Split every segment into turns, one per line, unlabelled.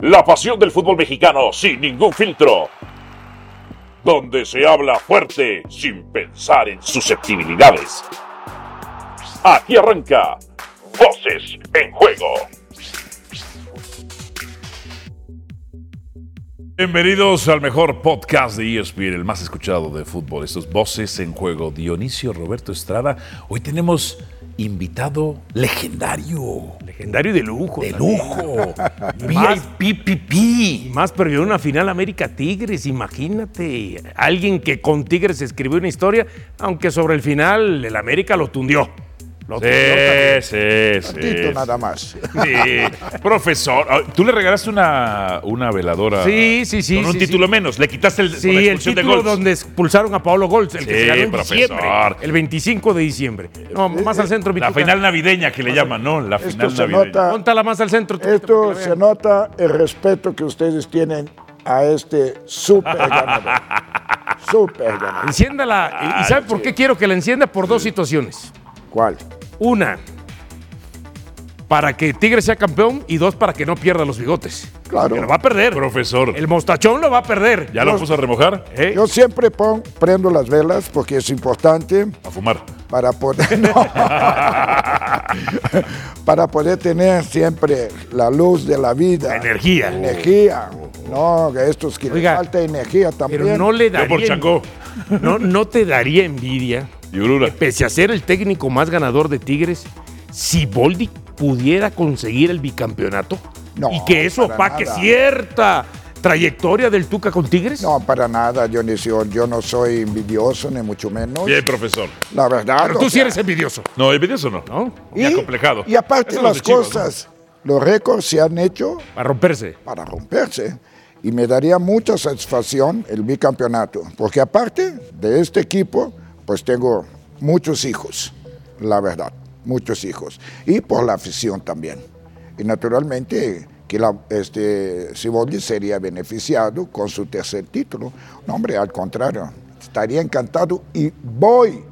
La pasión del fútbol mexicano sin ningún filtro. Donde se habla fuerte sin pensar en susceptibilidades. Aquí arranca Voces en Juego.
Bienvenidos al mejor podcast de E ESPN, el más escuchado de fútbol. Estos Voces en Juego. Dionisio Roberto Estrada. Hoy tenemos invitado legendario.
Legendario de lujo.
De
también.
lujo.
Más- Y
VIPPP.
más perdió una final América Tigres, imagínate. Alguien que con Tigres escribió una historia, aunque sobre el final el América lo tundió. Lo tundió también.
Sí, sí, sí.
Tito nada más.
Sí. Profesor, ah, tú le regalaste una, una veladora.
Sí, sí, sí,
Con un
sí,
título
sí.
menos. Le quitaste el, con la
Sí, el
expulsión de
título
Golds.
donde expulsaron a Paolo Golds, el que
Sí,
se ganó en
profesor.
diciembre, el 25 de diciembre. No, más al centro,
La
Vituca.
final navideña que le llaman, ¿no? La
Esto
final
se
navideña.
nota.
Póntala más al centro. Tuquito,
Esto
para que la
se
vean.
nota el respeto que ustedes tienen a este super ganador. Super ganador.
Enciéndala. ¿Y- ¿Y sabe por qué quiero que la encienda? Por dos situaciones.
¿Cuál?
Una, para que Tigres sea campeón y dos, para que no pierda los bigotes.
Claro.
Pero va a perder.
Profesor,
El mostachón lo va a perder.
¿ya lo puso a remojar?
¿Eh?
Yo siempre pon- prendo las velas porque es importante
A fumar.
para poder no. para poder tener siempre la luz de la vida,
energía. Uh.
energía. No, que estos que les
Oiga,
falta energía también.
Pero no le
Yo por
daría.
Changó.
No, no te daría envidia,
Y Urura.
pese a ser el técnico más ganador de Tigres, si Boldi pudiera conseguir el bicampeonato.
No,
y que eso
para
opaque
nada.
cierta trayectoria del Tuca con Tigres.
No, para nada, Dionisio. Yo no soy envidioso, ni mucho menos.
Bien, profesor.
La verdad.
Pero
o
tú sí
sea,
eres envidioso.
No, ¿envidioso o no?
¿No?
Ni acomplejado.
y aparte
Eso es lo
las
de Chivas,
cosas, los récords se han hecho
Para romperse.
para romperse. Y me daría mucha satisfacción el bicampeonato, porque aparte de este equipo, pues tengo muchos hijos, la verdad, muchos hijos. Y por la afición también. Y naturalmente que la, este, Siboldi sería beneficiado con su tercer título. No, hombre, al contrario, estaría encantado y voy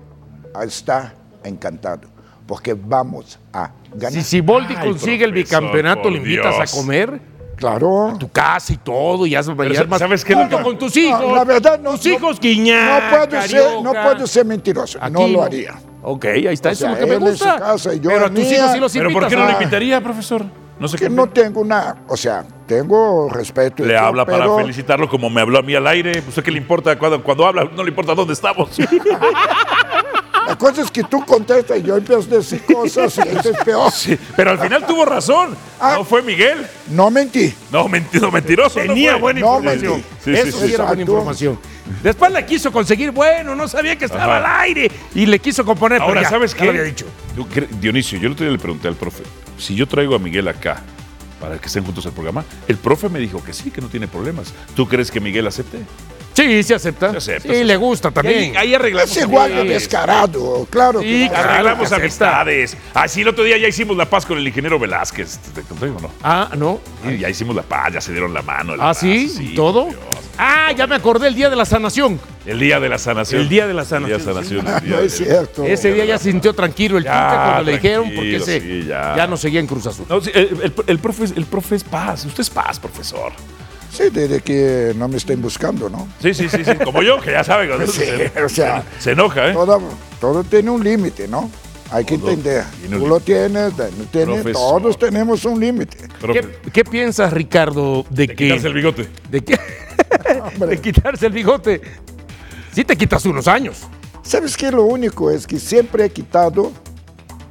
a estar encantado, porque vamos a ganar.
Si Siboldi
Ay,
consigue el
profesor,
bicampeonato,
por
le invitas
Dios.
a comer
Claro.
tu casa y todo, y haz
Pero
y haz más-
¿sabes qué?
junto con tus hijos.
No, la verdad no.
Tus
no-
hijos, Guiñac,
No puedo ser, no
Carioca.
puedo ser mentiroso.
Aquí
no lo haría.
Ok, ahí está,
O
eso
sea,
es lo que me
él en
gusta.
su casa y yo
Pero a
en
tus
mía.
hijos sí los
¿Pero
invitas.
por qué no
Ah,
le invitaría, profesor? No sé
Que
qué.
no tengo una, o sea, tengo respeto. y
Le
todo,
habla para
pero
felicitarlo como me habló a mí al aire. ¿Usted qué le importa? Cuando, cuando habla, no le importa dónde estamos.
La cosa es que tú contestas y yo empiezo a decir cosas y eso es peor.
Pero al final tuvo razón.
Ah.
No fue Miguel.
No mentí.
No, mentido, mentiroso.
Tenía
no fue.
buena
No,
información.
mentí.
Sí, sí,
Eso sí,
sí,
era buena
exacto.
información. Después la quiso conseguir, bueno, no sabía que estaba
Ajá.
al aire y le quiso componer. pero
Ahora,
ya,
¿sabes
ya
qué?
lo había dicho.
Yo cre- Dionisio, yo el otro día le pregunté al profe, si yo traigo a Miguel acá para que estén juntos el programa, el profe me dijo que sí, que no tiene problemas. ¿Tú crees que Miguel acepte?
Sí, se acepta.
Se acepta,
sí,
se
le gusta también.
Ahí, ahí arreglamos.
Es igual de
amistades.
descarado, claro.
Sí,
que no.
claro.
Arreglamos
que acepta.
amistades. Así el otro día ya hicimos la paz con el ingeniero Velázquez. ¿Te conté o no?
Ah, no.
Sí, ya hicimos la paz, ya se dieron la mano. el
¿Ah,
abrazo,
sí? ¿Y todo?
Dios.
Ah, ya me acordé el día de la sanación.
El día de la sanación.
El día de la
El día de la
sanación,
sanación, el día
No es
de-
cierto.
Ese día ya sintió tranquilo el
Ya,
Tuca cuando le dijeron porque
tranquilo,
se,
sí, ya.
ya. no seguía en Cruz Azul.
No, sí, el, el- el profe, es- el profe es paz. Usted es paz, profesor.
Sí, desde que no me estén buscando, ¿no?
Sí, sí, sí, sí. Como yo, que ya sabe. cuando
Sí,
se,
o sea,
se enoja, ¿eh?
todo, todo tiene un límite, ¿no? Hay que
Todo
entender.
tiene un
Tú lo tienes, no tienes,
Profesor.
todos tenemos un límite.
Profe,
¿Qué, qué piensas, Ricardo, de, que.
quitarse el bigote.
de, que-
Hombre.
de quitarse el bigote. Sí, te quitas unos años.
¿Sabes qué? Lo único es que siempre he quitado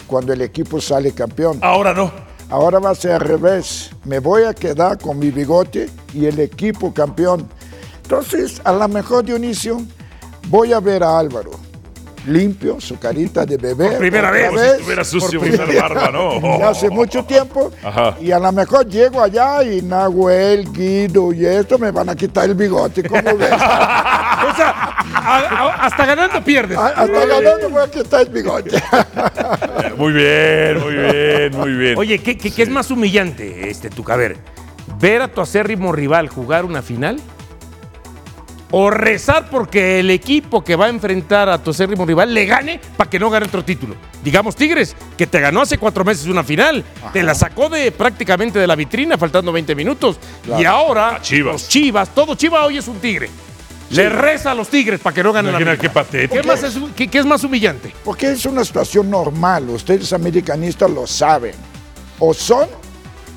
cuando el equipo sale campeón.
Ahora no.
Ahora va a ser al revés. Me voy a quedar con mi bigote y el equipo campeón. Entonces, a lo mejor, Dionisio, voy a ver a Álvaro. Limpio, su carita de bebé.
Por primera
otra
vez.
Como si estuviera sucio,
por
una
primera-
barba, ¿no?
Ya hace mucho tiempo.
Ajá.
Y a lo mejor llego allá y Nahuel, Guido y esto me van a quitar el bigote. ¿Cómo ves?
O sea, a- a- hasta ganando pierdes.
Ah, Hasta ganando voy a quitar el bigote.
Muy bien, muy bien, muy bien.
Oye, ¿qué, qué- qué es más humillante, este Tuca? A ver, ver a tu acérrimo rival jugar una final o rezar porque el equipo que va a enfrentar a tu acérrimo rival le gane para que no gane otro título. Digamos Tigres, que te ganó hace cuatro meses una final, te la sacó de prácticamente de la vitrina faltando 20 minutos
Claro.
y ahora
A Chivas.
los Chivas, todo Chivas hoy es un Tigre. Le reza a los Tigres para que no gane la
Imagina
final.
qué patético.
¿Qué, más es, qué- qué es más humillante?
Porque es una situación normal, ustedes americanistas lo saben. O son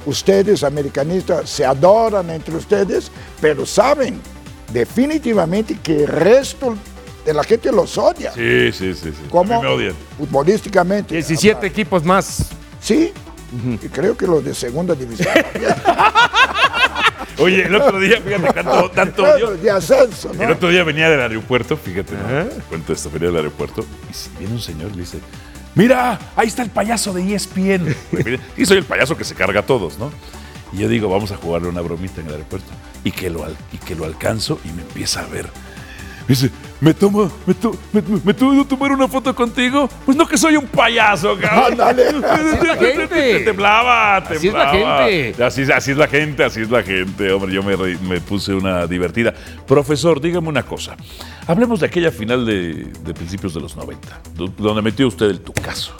ustedes americanistas, se adoran entre ustedes, pero saben definitivamente que el resto de la gente los odia.
Sí, sí, sí. sí.
Como
A mí me odian.
futbolísticamente.
17 equipos más.
Sí, y creo que los de segunda división.
Oye, el otro día, fíjate, tanto, tanto odio.
Los de ascenso, ¿no?
El otro día venía del aeropuerto, fíjate, ¿no? Te cuento esto, venía del aeropuerto y si viene un señor y le dice, mira, ahí está el payaso de ESPN. y soy el payaso que se carga a todos, ¿no? Y yo digo, vamos a jugarle una bromita en el aeropuerto y que lo, al- y que lo alcanzo y me empieza a ver. Me dice, ¿me toma, me, to- me, me- me tuve que tomar una foto contigo? Pues no que soy un payaso, cabrón.
Ándale.
es la gente.
Temblaba, temblaba.
Así es la gente.
Así, es- así es la gente, así es la gente. Hombre, yo me, reí- me puse una divertida. Profesor, dígame una cosa. Hablemos de aquella final de, de principios de los 90, do- donde metió usted el tucazo.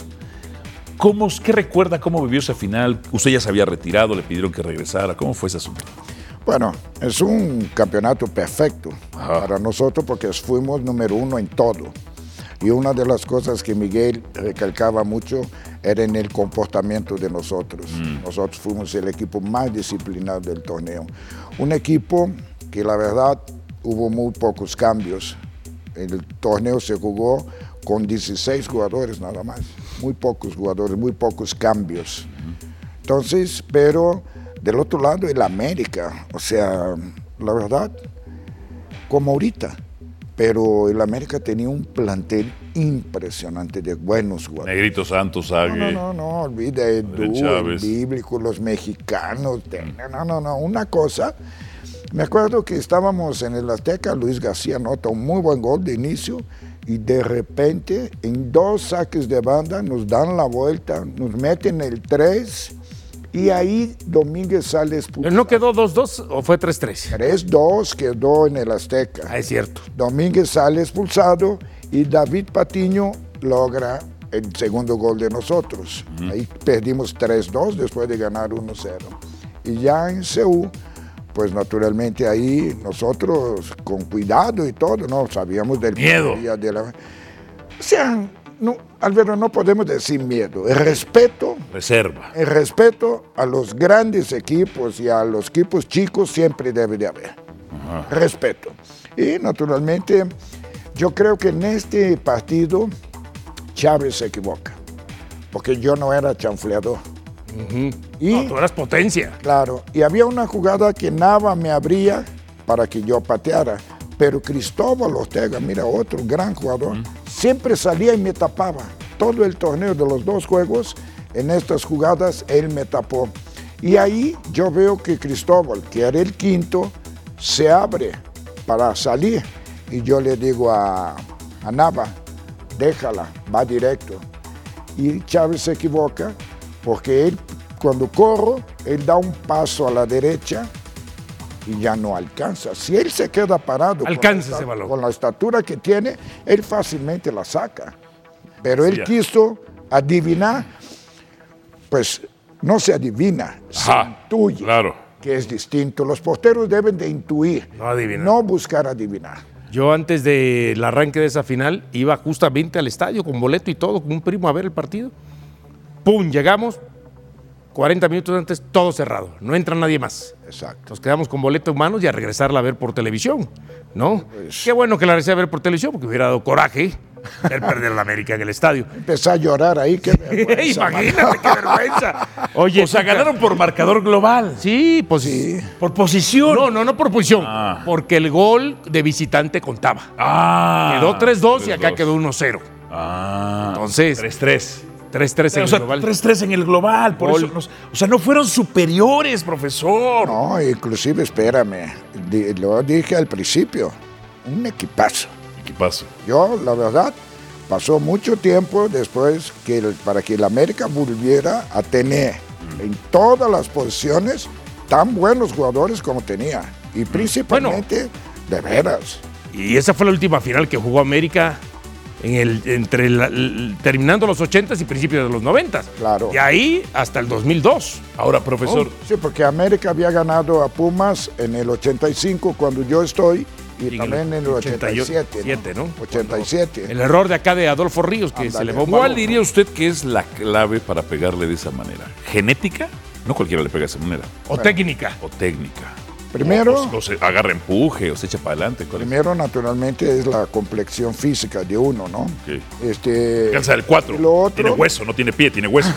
¿Cómo, ¿Qué recuerda? ¿Cómo vivió esa final? Usted ya se había retirado, le pidieron que regresara. ¿Cómo fue ese asunto?
Bueno, es un campeonato perfecto para nosotros porque fuimos número uno en todo. Y una de las cosas que Miguel recalcaba mucho era en el comportamiento de nosotros. Nosotros fuimos el equipo más disciplinado del torneo. Un equipo que la verdad hubo muy pocos cambios. El torneo se jugó con 16 jugadores nada más. Muy pocos jugadores, muy pocos cambios. Entonces, pero del otro lado el América, o sea, la verdad, como ahorita, pero el América tenía un plantel impresionante de buenos jugadores.
Negrito Santos, Ague.
No, no, no, olvida Edu,
Chávez.
el bíblico, los mexicanos, de- no, no, no, una cosa. Me acuerdo que estábamos en el Azteca, Luis García anota un muy buen gol de inicio y de repente en dos saques de banda nos dan la vuelta, nos meten el 3 y ahí Domínguez sale expulsado.
¿No quedó 2-2 o fue 3-3?
3-2 quedó en el Azteca.
Ah, es cierto.
Domínguez sale expulsado y David Patiño logra el segundo gol de nosotros. Ahí perdimos 3-2 después de ganar 1-0. Y ya en Seúl, pues naturalmente ahí nosotros con cuidado y todo, no sabíamos del
Miedo.
día de la... O sea, no, Alberto, no podemos decir miedo. El respeto
Reserva.
el respeto a los grandes equipos y a los equipos chicos siempre debe de haber. Respeto. Y naturalmente, yo creo que en este partido Chávez se equivoca, porque yo no era chanfleador. Y
No, tú eras potencia.
Claro, y había una jugada que Nava me abría para que yo pateara, pero Cristóbal Ortega, mira, otro gran jugador, siempre salía y me tapaba. Todo el torneo de los dos juegos, en estas jugadas, él me tapó. Y ahí yo veo que Cristóbal, que era el quinto, se abre para salir. Y yo le digo a, a Nava, déjala, va directo y Chávez se equivoca porque él, cuando corro, él da un paso a la derecha y ya no alcanza. Si él se queda parado con
Alcanza
la
ese
esta-
balón.
con la estatura que tiene, él fácilmente la saca. Pero él
ya.
quiso adivinar, pues no se adivina, se
Ajá,
intuye,
claro.
que es distinto. Los porteros deben de intuir,
No adivinar.
no buscar adivinar.
Yo antes del arranque de esa final iba justamente al estadio con boleto y todo, con un primo a ver el partido. ¡Pum! Llegamos, 40 minutos antes, todo cerrado, no entra nadie más.
Exacto.
Nos quedamos con boleto en manos y a regresarla a ver por televisión, ¿no?
Pues.
Qué bueno que la regresé a ver por televisión porque hubiera dado coraje ver perder a la América en el estadio.
Empecé a llorar ahí, qué vergüenza. mano.
Imagínate, qué vergüenza. Oye,
o sea,
Tuca,
ganaron por marcador global.
Sí, pues sí.
Por posición.
No, no, no por posición.
Ah.
Porque el gol de visitante contaba.
Ah.
Quedó 3-2 y acá
3-2.
quedó 1-0.
Ah.
Entonces,
3-3.
3-3
O
en el
sea,
global.
3-3 en el global. Por
Gol.
eso nos- o sea, no fueron superiores, profesor.
No, inclusive, espérame, di- lo dije al principio, un equipazo.
¿Qué pasa?
Yo, la verdad, pasó mucho tiempo después que el- para que el América volviera a tener
Mm.
en todas las
Mm.
posiciones tan buenos jugadores como tenía. Y principalmente, de veras,
Y esa fue la última final que jugó América en el, entre la- l- terminando los 80s y principios de los 90s.
Claro.
De ahí hasta el 2002.
Ahora, profesor,
Sí, porque América había ganado a Pumas en el 85 cuando yo estoy y,
en
también
el
en el 87.
87, ¿no?
87.
El error de acá de Adolfo Ríos, que se
Ándale.
le va un
¿cuál
balón, ¿no?
diría usted que es la clave para pegarle de esa manera? ¿Genética? No cualquiera le pega de esa manera.
O técnica.
O técnica.
Primero,
O, o se agarra empuje, o se echa para adelante. ¿Cuál es?
primero naturalmente es la complexión física de uno, ¿no?
Ok.
Este,
Alcanza el 4.
y lo otro-
Tiene hueso, no tiene pie, tiene hueso.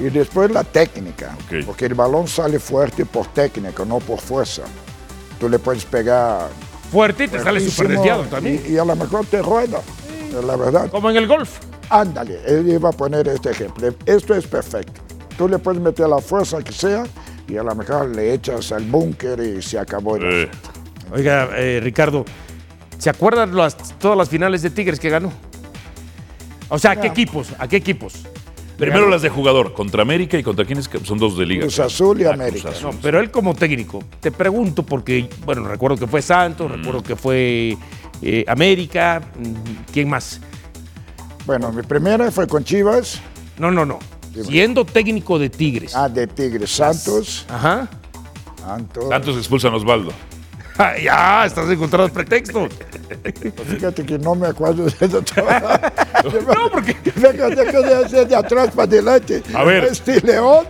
Y después la técnica,
Ok.
porque el balón sale fuerte por técnica, no por fuerza. Tú le puedes pegar.
Fuerte y
Pues
te sale
fuertísimo
súper desviado también.
Y, y a lo mejor te rueda, la verdad.
Como en el golf.
Ándale, él iba a poner este ejemplo. Esto es perfecto. Tú le puedes meter la fuerza que sea y a lo mejor le echas al búnker y se acabó. el
Eh,
asunto.
Oiga, eh, Ricardo, ¿se acuerdan las- todas las finales de Tigres que ganó? O sea, ¿a qué equipos? ¿A qué equipos?
primero las de jugador, contra América y contra quiénes que- son dos de liga.
Cruz Azul y
Ah,
América.
Cruz
No,
Azul.
pero él como técnico, te pregunto porque, bueno, recuerdo que fue Santos,
Mm.
recuerdo que fue eh, América, mm, ¿quién más?
Bueno, mi primera fue con Chivas,
No, no, no. Siendo técnico de Tigres.
ah, de Tigres Santos.
Ajá.
Santos.
Santos expulsan a Osvaldo.
Ah, ya, estás encontrando pretextos.
Fíjate que no me acuerdo de eso.
No, porque
Venga, deja de hacer de atrás para adelante.
A ver.
Este León,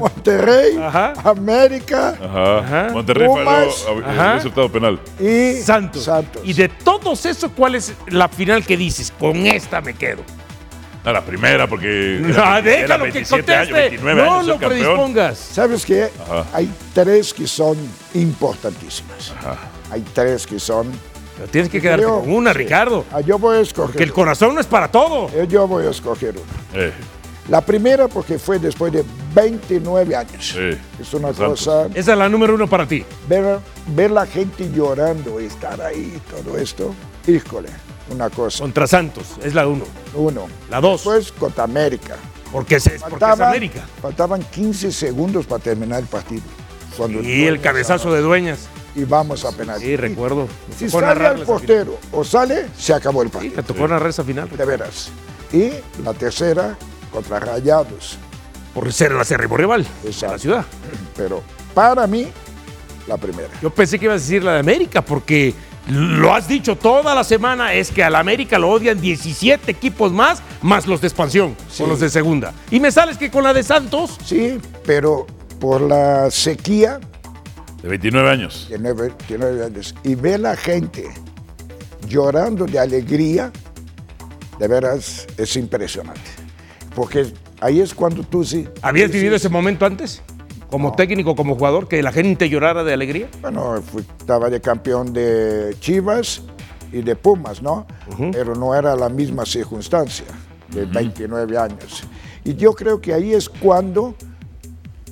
Monterrey,
Eh. Ajá.
América
Ajá.
Ajá.
Monterrey
Pumas.
falló a-
Ajá.
el resultado penal.
y
Santos.
Santos.
Y de todos esos, ¿cuál es la final que dices? Con esta me quedo.
A la primera, porque. era-
Ah,
era
déjalo que
27
conteste.
años, 29
no
años,
lo
el campeón.
predispongas.
¿Sabes qué?
Ajá.
Hay tres que son importantísimas. Hay tres que son.
Pero tienes que quedarte
Creo-
con una,
sí.
Ricardo.
Ah, yo voy a
Que el
escoger.
corazón no es para todo.
eh, Yo voy a escoger una.
Eh,
La primera porque fue después de 29 años.
Sí.
Es una
Santos.
cosa.
Esa es la número uno para ti.
ver, ver la gente llorando, estar ahí, todo esto. Híjole, una cosa.
Contra Santos, es la uno.
Uno.
La dos.
Después contra América.
Porque es, porque es América.
faltaban 15 segundos para terminar el partido. Cuando
Y el
Dueñas
cabezazo de dueñas.
agarra- Y vamos a penal.
Sí, recuerdo. Me
Si
tocó
sale
narrar
al
esa
portero o sale, se acabó el
final. Sí,
partido.
me tocó narrar esa final.
De veras. Y la tercera contra Rayados.
Por ser el acérrimo rival de
Exacto.
la ciudad.
Pero para mí, la primera.
Yo pensé que ibas a decir la de América, porque lo has dicho toda la semana, es que a la América lo odian 17 equipos más, más los de expansión,
Sí.
o los de segunda. Y me sales que con la de Santos,
Sí, pero por la sequía
de 29 años.
de nueve, de nueve años y ve la gente llorando de alegría, de veras es impresionante. Porque ahí es cuando tú sí.
¿habías
dices,
vivido ese momento antes? Como técnico, como jugador, que la gente llorara de alegría.
Bueno, fui- estaba de campeón de Chivas y de Pumas, ¿no? Pero no era la misma circunstancia de 29 años. Y yo creo que ahí es cuando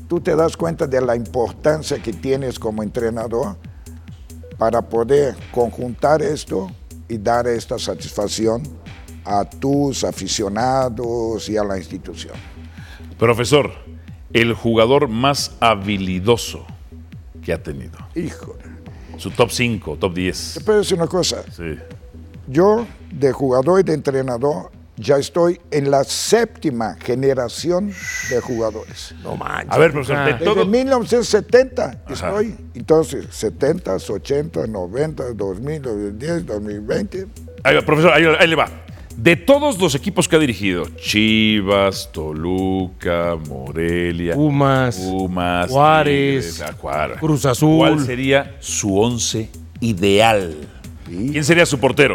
tú te das cuenta de la importancia que tienes como entrenador para poder conjuntar esto y dar esta satisfacción a tus aficionados y a la institución.
Profesor, el jugador más habilidoso que ha tenido.
Híjole.
Su top 5, top 10.
Te puedo decir una cosa.
Sí.
Yo, de jugador y de entrenador, ya estoy en la séptima generación de jugadores.
No manches.
A ver,
Ah.
profesor, de
Desde
todo.
1970 estoy. Entonces, 70, 80, 90, 2000, 2010, 2020.
Ahí va, profesor, ahí, ahí le va. De todos los equipos que ha dirigido, Chivas, Toluca, Morelia,
Pumas,
Pumas,
Juárez,
Tigres, ah, Juárez.
Cruz Azul.
¿Cuál sería su once ideal? ¿Quién sería su portero?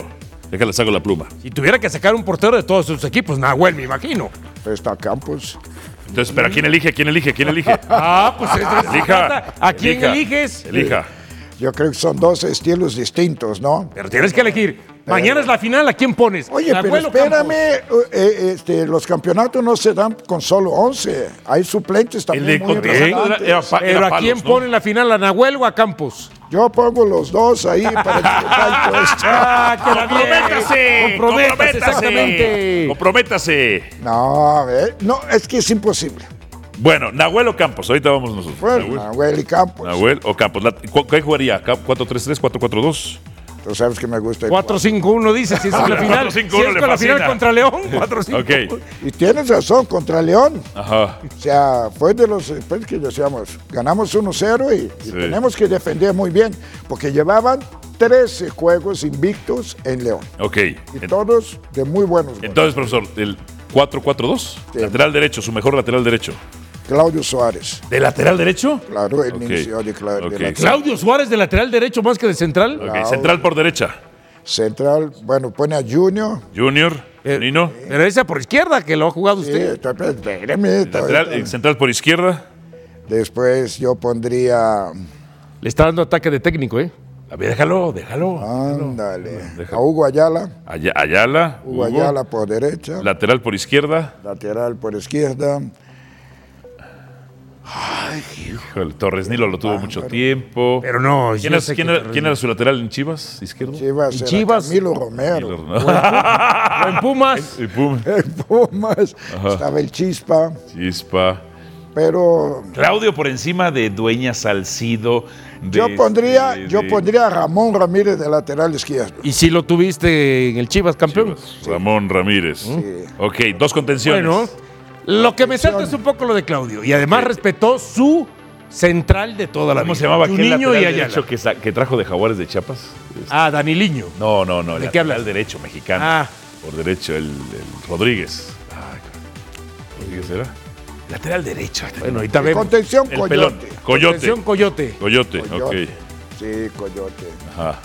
Déjale, saco la pluma.
Si tuviera que sacar un portero de todos sus equipos, Nahuel, me imagino.
Está Campos.
Entonces, pero ¿quién elige? ¿Quién elige? ¿Quién elige?
Ah, pues eso es-
Elija.
¿A quién
elija,
eliges?
Elija.
Yo creo que son dos estilos distintos, ¿no?
Pero tienes que elegir. Mañana es la final, ¿a quién pones?
Oye, pero
¿Nahuel o
espérame,
Campos?
eh, eh, este, los campeonatos no se dan con solo 11. Hay suplentes
El
también.
de
muy
Contreras era-
importantes.
era pa-
Pero ¿a
palos,
quién
¿no?
pone en la final? ¿A Nahuel o a Campos?
Yo pongo los dos ahí para que el esto.
¡Ah, que la
Eh, ¡Comprométase!
vieja! ¡Comprométase, exactamente!
¡Comprométase!
No, eh, no, es que es imposible.
Bueno, Nahuel o Campos, ahorita vamos nosotros.
Bueno, Nahuel y Campos.
Nahuel o Campos. La- ¿cu- ¿Cuál jugaría? ¿Ca- ¿4-3-3, 4-4-2?
Tú sabes que me gusta el
4-5-1 dice, si es con la final. Si es
4-5-1 le
con la final
fascina.
contra León, 4-5.
Ok.
Y tienes razón, contra León.
Ajá.
O sea, fue de los pues, que decíamos, ganamos 1-0 y, y
Sí.
tenemos que defender muy bien, porque llevaban 13 juegos invictos en León.
Ok.
Y
En-
todos de muy buenos. goles.
Entonces, profesor, el 4-4-2,
Sí.
lateral derecho, su mejor lateral derecho.
Claudio Suárez,
¿De lateral derecho?
claro, el
Ok.
inicio de, Cla- de
Ok.
la-
Claudio Suárez de lateral derecho más que de central.
Ok, central por derecha.
central. Bueno, pone a Junior.
Junior,
Eh,
Nino.
Pero esa por izquierda que lo ha jugado
Sí,
usted.
espérame, espérame,
Lateral, eh,
ahorita.
central por izquierda.
Después yo pondría,
Le está dando ataque de técnico, ¿eh?
A ver, déjalo, déjalo.
ándale,
deja-
a Hugo Ayala.
Aya- Ayala.
Hugo
Hugo,
Ayala por derecha,
Lateral por izquierda.
lateral por izquierda.
Híjole, Torres Nilo lo
Ah,
tuvo mucho tiempo.
Pero no,
¿Quién,
yo
es-
sé
quién
que
era,
Torres
quién era su lateral en Chivas? ¿Izquierdo?
Chivas,
¿Y
era
Chivas?
Camilo Romero.
Nilo, ¿no?
O en Pumas.
Y pum,
Pumas, estaba el Chispa,
Chispa.
pero
Claudio por encima de Dueña Salcido. de
yo
este,
pondría, yo
de
pondría a Ramón Ramírez de lateral izquierdo.
Y si lo tuviste en el Chivas campeón.
Chivas. Ramón Ramírez. Ok, dos contenciones.
Bueno, lo que me salta es un poco lo de Claudio. Y además respetó su central de toda la
¿Cómo
vida.
se llamaba aquel
Juninho
lateral
y Ayala.
derecho que, sa- que trajo de Jaguares de Chiapas?
Ah, Daniliño.
No, no, no.
¿De
el
qué
lateral
hablas?
derecho mexicano.
Ah.
Por derecho, el, el Rodríguez. Ay, ¿Rodríguez era? Lateral derecho.
Bueno, ahorita
Y
vemos.
Contención
el pelón.
Coyote.
Coyote.
este Atención, Coyote.
Coyote.
Coyote.
ok.
Sí, Coyote.
Ajá.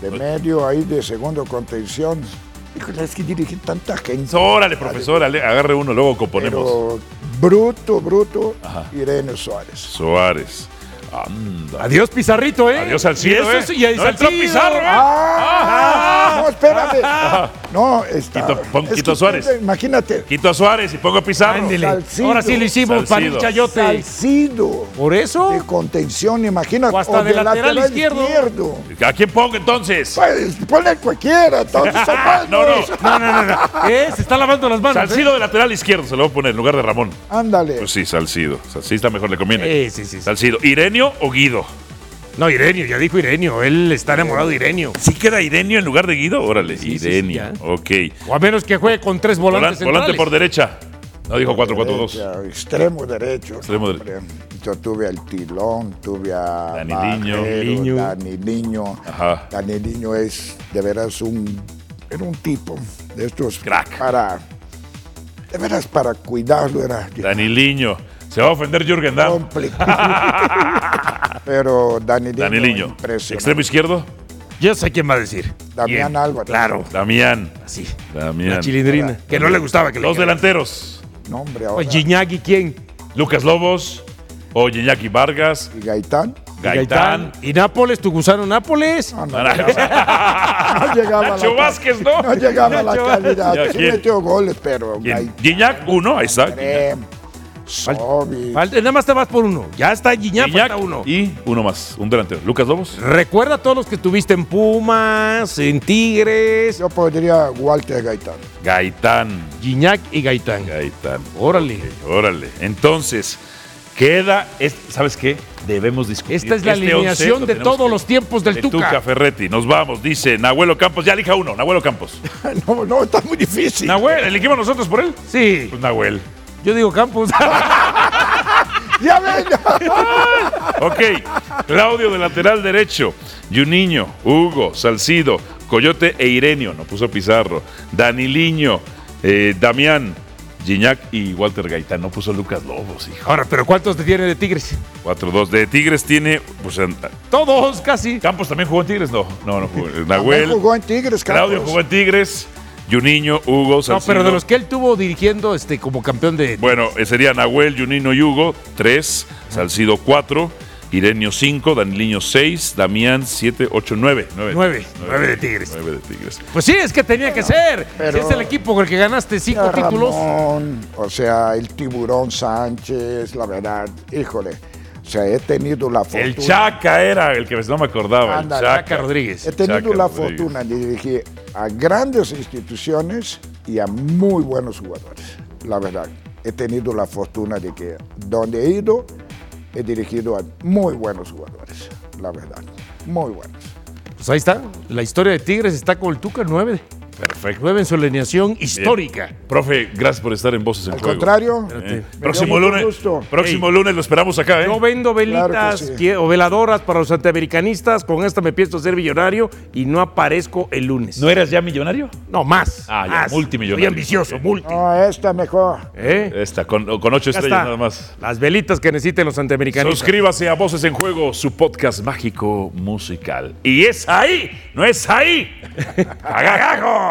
De medio ahí de segundo contención. Híjole, es que dirigí tanta gente.
Órale, profesor, ale- agarre uno, luego componemos.
Pero bruto, bruto,
Ajá.
Irene Suárez.
Suárez. Anda.
Adiós, Pizarrito, ¿eh?
Adiós al cielo,
Y eso
¿eh?
es- y ahí
No entró
Salcido.
Pizarro, ¿eh?
¡Ah! No, espérate. No, está.
Quito- pon
es que
Quito Suárez.
Imagínate,
Quito a Suárez y pongo a Pizarro.
Ándele.
Salcido.
Ahora sí lo hicimos para
Salcido.
el chayote.
Salcido
Por eso.
de contención, imagínate.
O hasta de lateral izquierdo.
izquierdo.
¿A quién pongo entonces?
Pues, ponle cualquiera, entonces.
No, no.
No, no, no, no. Eh, se está lavando las manos.
Salcido de lateral izquierdo se lo voy a poner en lugar de Ramón.
Ándale.
Pues sí, Salcido. Salcido está mejor, le conviene.
¿eh? Eh, sí, sí, sí.
Salcido. ¿Irenio o Guido?
No, Irenio, ya dijo Irenio. Él está enamorado de Irenio.
¿Sí queda Irenio en lugar de Guido? Órale,
Sí, sí, sí,
Irenio.
ya.
ok.
O a menos que juegue con tres volantes.
Volante, volante
centrales.
por derecha. No dijo 4-4-2.
Derecha, Extremo derecho.
Extremo
hombre. Yo tuve al Tilón, tuve a
Dani
Barrero,
Liño.
Dani Liño.
Ajá.
Dani Liño es de veras un era un tipo de estos
Crack.
para de veras para cuidarlo era
Daniliño. Se va a ofender Jürgen Damm.
complicado. Pero Dani Liño,
Daniliño.
impresionante.
Extremo izquierdo.
Yo sé quién va a decir.
Damián Álvarez.
Claro.
Damián.
Así. La
Damián.
chilindrina. Que no le gustaba que
Los
le
delanteros.
No, hombre,
O
ahora.
Gignac y quién.
Lucas Lobos o Iñaki Vargas.
Y Gaitán.
Gaitán.
Y Nápoles, tu gusano Nápoles.
No, no llegaba, no llegaba a la
Nacho
cal-
Vázquez, ¿no?
No llegaba a la
Nacho Vázquez.
calidad. Sí
¿Quién?
metió goles, pero
¿Quién?
Gaitán.
Gignac, uno. Ahí está. Gignac.
Trem, Sobi,
Falta- nada más te vas por uno. Ya está Gignac, falta
Gignac
uno.
Y uno más. Un delantero. Lucas Lobos.
Recuerda a todos los que tuviste en Pumas, en Tigres.
Yo podría Walter Gaitán.
Gaitán.
Gignac y Gaitán.
Gaitán.
Órale.
Órale. Entonces, queda. es- ¿Sabes qué? Debemos discutir.
Esta es la
Este
alineación
once lo
de
tenemos
todos
que-
los tiempos del
de
Tuca.
Ferretti. Nos vamos, dice Nahuelo Campos. Ya elija uno, Nahuelo Campos.
No, no, está muy difícil.
Nahuel, elegimos nosotros por él.
Sí,
Pues Nahuel.
yo digo Campos.
Ya ven,
Ok, Claudio de lateral derecho, Juninho, Hugo, Salcido, Coyote e Irenio, no puso Pizarro, Daniliño, eh, Damián, Gignac y Walter Gaitán, no puso Lucas Lobos, hijo.
Ahora, pero ¿cuántos te tiene de Tigres?
4-2. De Tigres tiene. pues, en-
Todos, casi.
Campos también jugó en Tigres, no, no, no jugó.
También
Nahuel,
jugó en Tigres,
Claudio
Campos.
jugó en Tigres, Juninho, Hugo,
No,
Salcido.
pero de los que él tuvo dirigiendo este, como campeón de.
Bueno, eh, sería Nahuel, Junino y Hugo, 3, Salcido 4, Irenio 5, Daniliño 6, Damián 7, 8, 9. 9,
Nueve, nueve de Tigres.
9 de Tigres.
Pues sí, es que tenía que ser.
pero-
Si es el equipo con el que ganaste cinco
Ya
títulos.
Ramón, o sea, el tiburón Sánchez, la verdad, híjole. O sea, he tenido la fortuna.
El Chaca era el que no me acordaba.
Anda,
el Chaca.
Chaca Rodríguez.
He tenido
Chaca
la
Rodríguez.
fortuna de dirigir a grandes instituciones y a muy buenos jugadores, la verdad. He tenido la fortuna de que donde he ido, he dirigido a muy buenos jugadores, la verdad. Muy buenos.
Pues ahí está. La historia de Tigres está con el Tuca 9.
Perfecto.
9 en su alineación histórica.
Profe, gracias por estar en Voces en
Al
Juego.
contrario,
Eh,
Me
próximo
dio mucho
lunes.
gusto.
Próximo
Ey.
lunes lo esperamos acá, ¿eh?
Yo vendo velitas
Claro que sí.
que- o veladoras para los antiamericanistas. Con esta me pienso ser millonario y no aparezco el lunes.
¿No eras ya millonario?
No, más.
Ah, ya,
más.
multimillonario.
Soy ambicioso,
Ok.
multi.
no, esta mejor.
¿Eh?
Esta, con, con ocho
Ya
estrellas
está.
nada más.
Las velitas que necesiten los antiamericanistas.
Suscríbase a Voces en Juego, su podcast mágico musical. Y es ahí, no es ahí. ¡Agagajo!